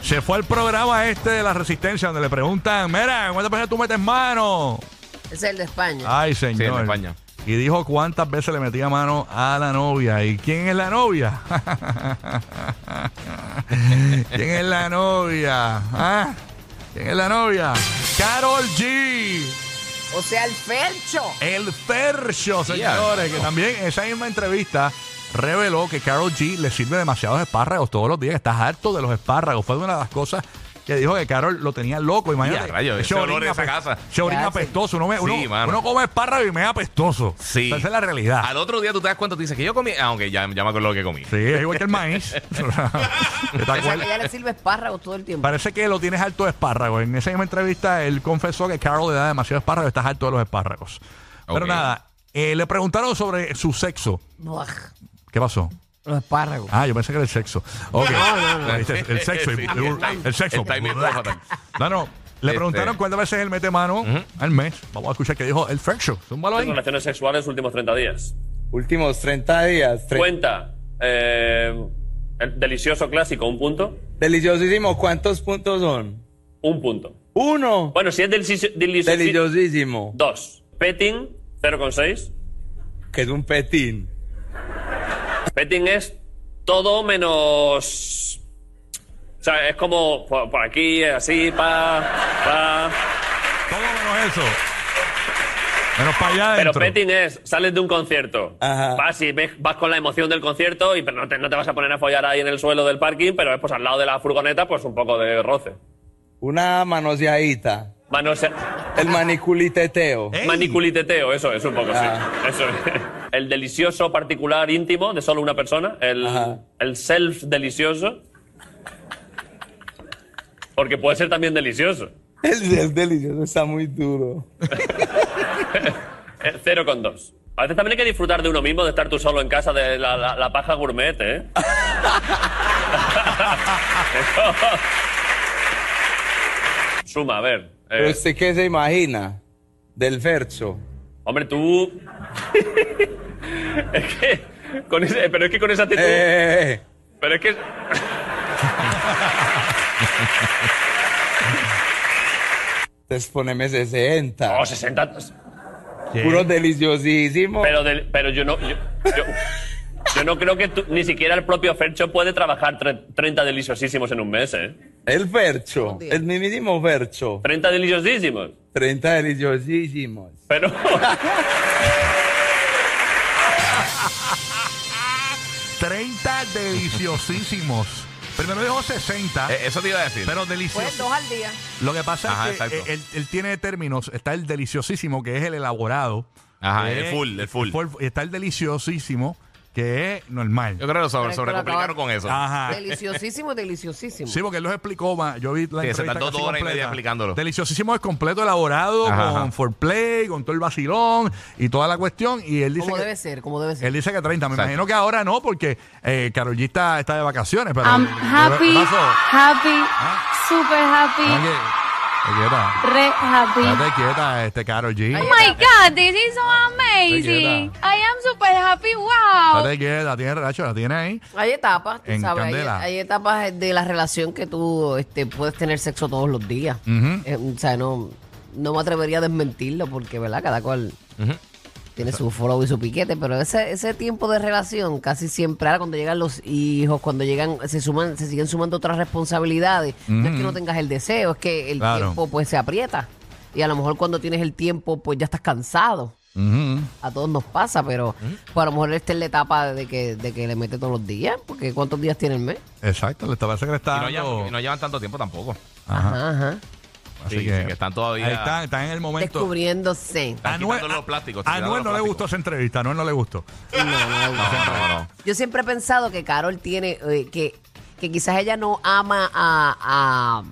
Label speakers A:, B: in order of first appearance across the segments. A: Se fue al programa este de la resistencia donde le preguntan, mira, ¿cuántas veces tú metes mano?
B: Es el de España.
A: Ay, señor.
C: Sí, en España.
A: Y dijo cuántas veces le metía mano a la novia. ¿Y quién es la novia? ¿Quién es la novia? ¿Ah? ¿Quién es la novia? Carol G.
B: O sea, el Fercho.
A: El Fercho,
C: Ya.
A: señores. Que también en esa misma entrevista reveló que Carol G le sirve demasiados espárragos todos los días. que Estás harto de los espárragos. Fue una de las cosas que dijo que Carol lo tenía loco. Imagínate.
C: Ya, rayos, ese olor de esa
A: apes-
C: casa.
A: ese orín
B: Ya, sí.
A: apestoso. Uno, me-
C: Sí,
A: uno-
C: mano.
A: uno come espárragos y me da apestoso.
C: Sí.
A: Esa es la realidad.
C: Al otro día tú te das cuenta, tú dices que yo comí. Ah, ok, ya, ya me acuerdo lo que comí.
A: Sí, es igual que el maíz. ¿Te
B: O sea, que
A: acuerdas?
B: ella le sirve espárragos todo el tiempo.
A: Parece que lo tienes harto de espárragos. En esa misma entrevista, él confesó que Carol le da demasiado espárragos, estás harto de los espárragos. Pero
C: Ok.
A: nada, eh, le preguntaron sobre su sexo.
B: Buah,
A: ¿Qué pasó?
B: los espárragos.
A: Ah, yo pensé que era el sexo. Ok. El, el sexo.
C: Sí,
A: el, el- el sexo.
C: el timing fue fatal.
A: No, no. Le
C: Este-
A: preguntaron cuántas veces él mete mano al mes. Vamos a escuchar qué dijo el sexo. Zúmbalo ahí.
D: relaciones sexuales en los últimos 30 días.
E: Últimos 30 días. tre-
D: Cuenta. eh, el delicioso clásico, un punto.
E: Deliciosísimo. ¿Cuántos puntos son?
D: Un punto.
E: Uno.
D: Bueno, si es delicio- delicioso.
E: Deliciosísimo.
D: Dos. Petting, 0,6.
E: Que es un petín.
D: Petting es todo menos. O sea, es como por, por aquí, así, pa, pa.
A: Todo menos eso. Menos para allá
D: Pero
A: adentro.
D: petting es, sales de un concierto,
E: Ajá.
D: vas y ves- vas con la emoción del concierto y pero no, te, no te vas a poner a follar ahí en el suelo del parking, pero es pues al lado de la furgoneta, pues un poco de roce.
E: Una manoseadita.
D: Manosea-
E: El maniculiteteo.
A: ¡Ey!
D: Maniculiteteo, eso es un poco,
E: Ah.
D: sí. Eso es. El delicioso particular íntimo de solo una persona, el,
E: Ajá.
D: el self delicioso. Porque puede ser también delicioso.
E: El, el delicioso está muy duro.
D: Eh, 0,2. A veces también hay que disfrutar de uno mismo, de estar tú solo en casa, de la, la- la paja gourmet, ¿eh? Eso- Suma, a ver. eh,
E: ¿Pero usted qué se imagina? Del fercho.
D: hombre, tú. es que. con ese- pero es que con esa actitud.
E: Eh, eh,
D: Pero es que.
E: Entonces poneme 60.
D: Oh, 60.
A: ¿Qué?
E: Puro deliciosísimo.
D: Pero, del- pero yo no. Yo, yo- yo no creo que tú- ni siquiera el propio Fercho puede trabajar tre- 30 deliciosísimos en un mes, ¿eh?
E: El fercho. El mismísimo fercho.
D: 30 deliciosísimos.
E: 30 deliciosísimos.
D: Pero. pero
A: 30 deliciosísimos. Primero dijo 60,
C: Eh, eso te iba a decir.
A: pero
B: Pues
A: delicioso.
B: dos al día.
A: Lo que pasa
C: Ajá,
A: es que
C: exacto.
A: eh, él, él tiene términos. Está el deliciosísimo, que es el elaborado.
C: Ajá,
A: que
C: el
A: es-
C: full, el full.
A: Y está el deliciosísimo, que es normal.
C: Yo creo que lo sobre,
B: Pero
C: sobrecomplicaron
B: esto lo
C: con eso.
A: Ajá.
B: Deliciosísimo, deliciosísimo.
A: Sí, porque él los explicó más. Yo vi la
C: Sí, se
A: entrevista
C: tardó
A: casi
C: dos horas y
A: completa.
C: media explicándolo.
A: Deliciosísimo es completo, elaborado,
C: Ajá,
A: con
C: ajá.
A: foreplay, con todo el vacilón y toda la cuestión. Y él dice
B: Como debe
A: que,
B: ser, como debe
A: él
B: ser.
A: dice que 30. Me
C: Exacto.
A: imagino que ahora no, porque eh, Karol G está, está de vacaciones. Pero,
F: I'm
A: ¿qué
F: happy,
A: pasó?
F: happy, super
A: Oye,
F: happy,
A: te quieta.
F: re happy.
A: Quédate quieta, este Karol G.
F: Oh my God, this is so amazing.
A: Te queda.
F: I am super happy, wow.
A: Estate quieta, tiene racho, la tiene ahí.
B: Hay etapas, tú
A: En
B: sabes, hay,
A: Candela.
B: hay etapas de la relación que tú este, puedes tener sexo todos los días. Eh, o sea, no, no me atrevería a desmentirlo porque, ¿verdad? Cada cual tiene su follow y su piquete, pero ese, ese tiempo de relación casi siempre, ahora cuando llegan los hijos, cuando llegan, se suman, se siguen sumando otras responsabilidades. No es que no tengas el deseo, es que el
A: Claro.
B: tiempo pues se aprieta. Y a lo mejor cuando tienes el tiempo, pues ya estás cansado. A todos nos pasa, pero pues, a lo mejor esta es la etapa de que, de que le mete todos los días, porque ¿cuántos días tiene el mes?
A: Exacto, le estaba que le está
C: Y no,
A: dando-
C: llevan, y no llevan tanto tiempo tampoco.
A: Ajá.
B: Ajá, ajá.
A: Así
C: Sí,
A: que,
C: sí, que están todavía-
A: Ahí están, están en el momento.
B: Descubriéndose.
A: A
C: Están
A: Anuel,
C: quitándole los plásticos,
A: a
C: tirando
A: Anuel no
C: los
A: le
C: plásticos.
A: gustó esa entrevista, a Anuel no le gustó.
C: No, no, no.
B: Yo siempre he pensado que Carol tiene eh, que que quizás ella no ama a, a,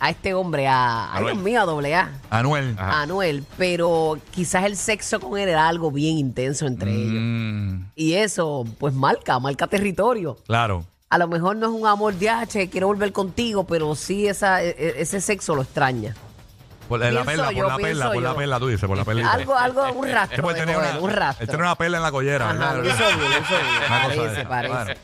B: a este hombre, a, ay,
C: Anuel.
B: Dios mío, a doble A.
A: Anuel.
C: Ajá.
B: a Anuel, pero quizás el sexo con él era algo bien intenso entre ellos.
A: Mm,
B: Y eso, pues marca, marca territorio.
A: claro.
B: A lo mejor no es un amor de H, quiero volver contigo, pero sí esa, e- e- ese sexo lo extraña.
A: Por la
B: Pienso
A: perla, por
B: yo,
A: la
B: pienso
A: perla, por la
B: yo.
A: perla, tú dices, por la perla.
B: Algo, algo, un
A: Él
B: rastro.
A: puede
B: de
A: tener
B: con él,
A: una,
B: un
A: él tiene
B: rastro.
A: una perla en la collera,
B: Ajá,
A: ¿verdad?
B: eso bien, eso bien.
A: Una cosa de
B: Parece,
A: esa.
B: parece.
A: Bueno,